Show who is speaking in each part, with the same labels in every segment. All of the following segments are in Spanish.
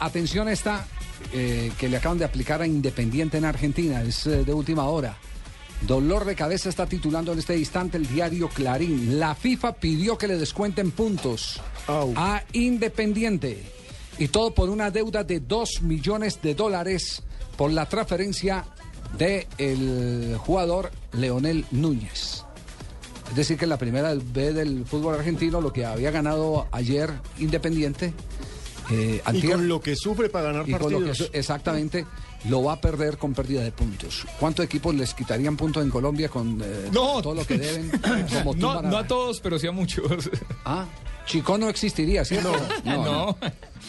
Speaker 1: atención esta eh, que le acaban de aplicar a Independiente en Argentina, es eh, de última hora. Dolor de cabeza está titulando en este instante el diario Clarín. La FIFA pidió que le descuenten puntos
Speaker 2: Au.
Speaker 1: a Independiente. Y todo por una deuda de 2 millones de dólares por la transferencia del jugador Leonel Núñez. Es decir, que en la primera B del fútbol argentino, lo que había ganado ayer Independiente, eh,
Speaker 2: Y
Speaker 1: antier,
Speaker 2: con lo que sufre para ganar
Speaker 1: y con lo que
Speaker 2: partidos.
Speaker 1: su- exactamente lo va a perder con pérdida de puntos. ¿Cuántos equipos les quitarían puntos en Colombia con eh,
Speaker 3: No.
Speaker 1: todo lo que deben? Como tú,
Speaker 3: No,
Speaker 1: Mara-
Speaker 3: no a todos, pero sí a muchos.
Speaker 1: Ah, Chico no existiría, ¿cierto?
Speaker 3: No.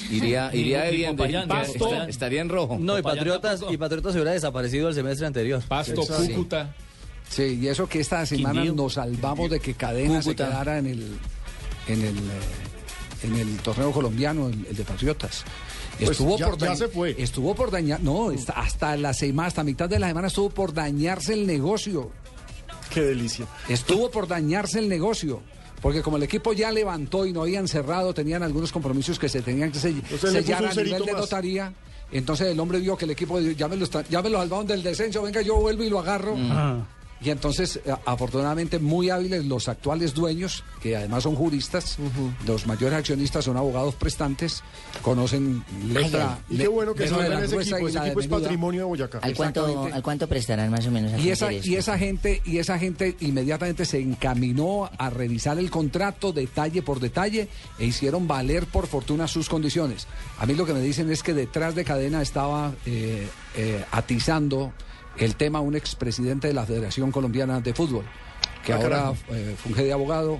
Speaker 4: Iría, iría de
Speaker 5: ni
Speaker 4: bien, de-
Speaker 5: Popayán,
Speaker 4: de-
Speaker 5: Pasto.
Speaker 4: esta- estaría en rojo.
Speaker 6: No, y
Speaker 5: Popayán
Speaker 6: Patriotas, y Patriotas se hubiera desaparecido el semestre anterior.
Speaker 3: Pasto,
Speaker 2: Exacto.
Speaker 3: Cúcuta.
Speaker 1: Sí, y eso que esta semana
Speaker 5: Quindío.
Speaker 1: nos salvamos de que Cadena se
Speaker 4: Cúcuta.
Speaker 1: quedara en el, en el, eh, en el torneo colombiano, el, el de Patriotas.
Speaker 2: Pues
Speaker 1: Estuvo
Speaker 2: ya-
Speaker 1: por
Speaker 2: ya
Speaker 1: dañ-
Speaker 2: se fue. Uh.
Speaker 1: Estuvo por dañar, no, está- hasta la semana, hasta mitad de la semana estuvo por dañarse el negocio.
Speaker 2: Qué delicia.
Speaker 1: Estuvo por dañarse el negocio. Porque como el equipo ya levantó y no habían cerrado, tenían algunos compromisos que se tenían que se-
Speaker 2: Entonces Pues le puso
Speaker 1: sellar
Speaker 2: un
Speaker 1: a
Speaker 2: cerito
Speaker 1: nivel de
Speaker 2: más.
Speaker 1: notaría. Entonces el hombre vio que el equipo, dijo, ya me lo, está- ya me lo salvaron del descenso, venga, yo vuelvo y lo agarro. Y entonces, a- afortunadamente, muy hábiles los actuales dueños, que además son juristas, los mayores accionistas son abogados prestantes, conocen letra.
Speaker 2: Y qué bueno que
Speaker 1: letra de
Speaker 2: salgan
Speaker 1: la
Speaker 2: ese
Speaker 1: gruesa
Speaker 2: equipo.
Speaker 1: y
Speaker 2: Ese
Speaker 1: la de
Speaker 2: equipo es
Speaker 1: menuda.
Speaker 2: patrimonio de Boyacá.
Speaker 4: ¿Al cuánto,
Speaker 1: exactamente.
Speaker 4: ¿Al cuánto prestarán más o menos? a
Speaker 1: Y esa,
Speaker 4: hacer
Speaker 1: y
Speaker 4: esto?
Speaker 1: esa gente, y esa gente inmediatamente se encaminó a revisar el contrato detalle por detalle e hicieron valer por fortuna sus condiciones. A mí lo que me dicen es que detrás de cadena estaba eh, eh, atizando el tema un expresidente de la Federación Colombiana de Fútbol, que
Speaker 2: Ah,
Speaker 1: ahora
Speaker 2: carajo.
Speaker 1: eh, funge de abogado. eh,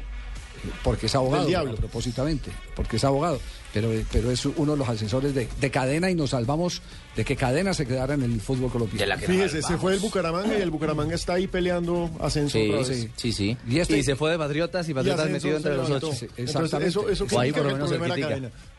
Speaker 1: Porque es abogado,
Speaker 2: diablo.
Speaker 1: a propósitamente, porque es abogado, pero, eh, pero es uno de los asesores de, de Cadena y nos salvamos de que Cadena se quedara en el fútbol colombiano.
Speaker 4: De la que
Speaker 2: Fíjese, se
Speaker 4: vamos.
Speaker 2: fue el Bucaramanga y el Bucaramanga está ahí peleando ascenso
Speaker 4: Sí,
Speaker 2: otra vez.
Speaker 4: sí, sí, sí.
Speaker 1: Y este-
Speaker 6: Y se fue de Patriotas y
Speaker 2: Y
Speaker 6: Patriotas
Speaker 2: ascenso
Speaker 6: metido entre
Speaker 2: se
Speaker 6: los
Speaker 2: levantó.
Speaker 6: ocho.
Speaker 1: Sí,
Speaker 2: Entonces,
Speaker 1: exactamente.
Speaker 2: eso, eso
Speaker 6: O ahí
Speaker 2: critica
Speaker 6: por lo
Speaker 2: el
Speaker 6: menos
Speaker 2: problema de la
Speaker 6: cerquitica.
Speaker 2: cadena.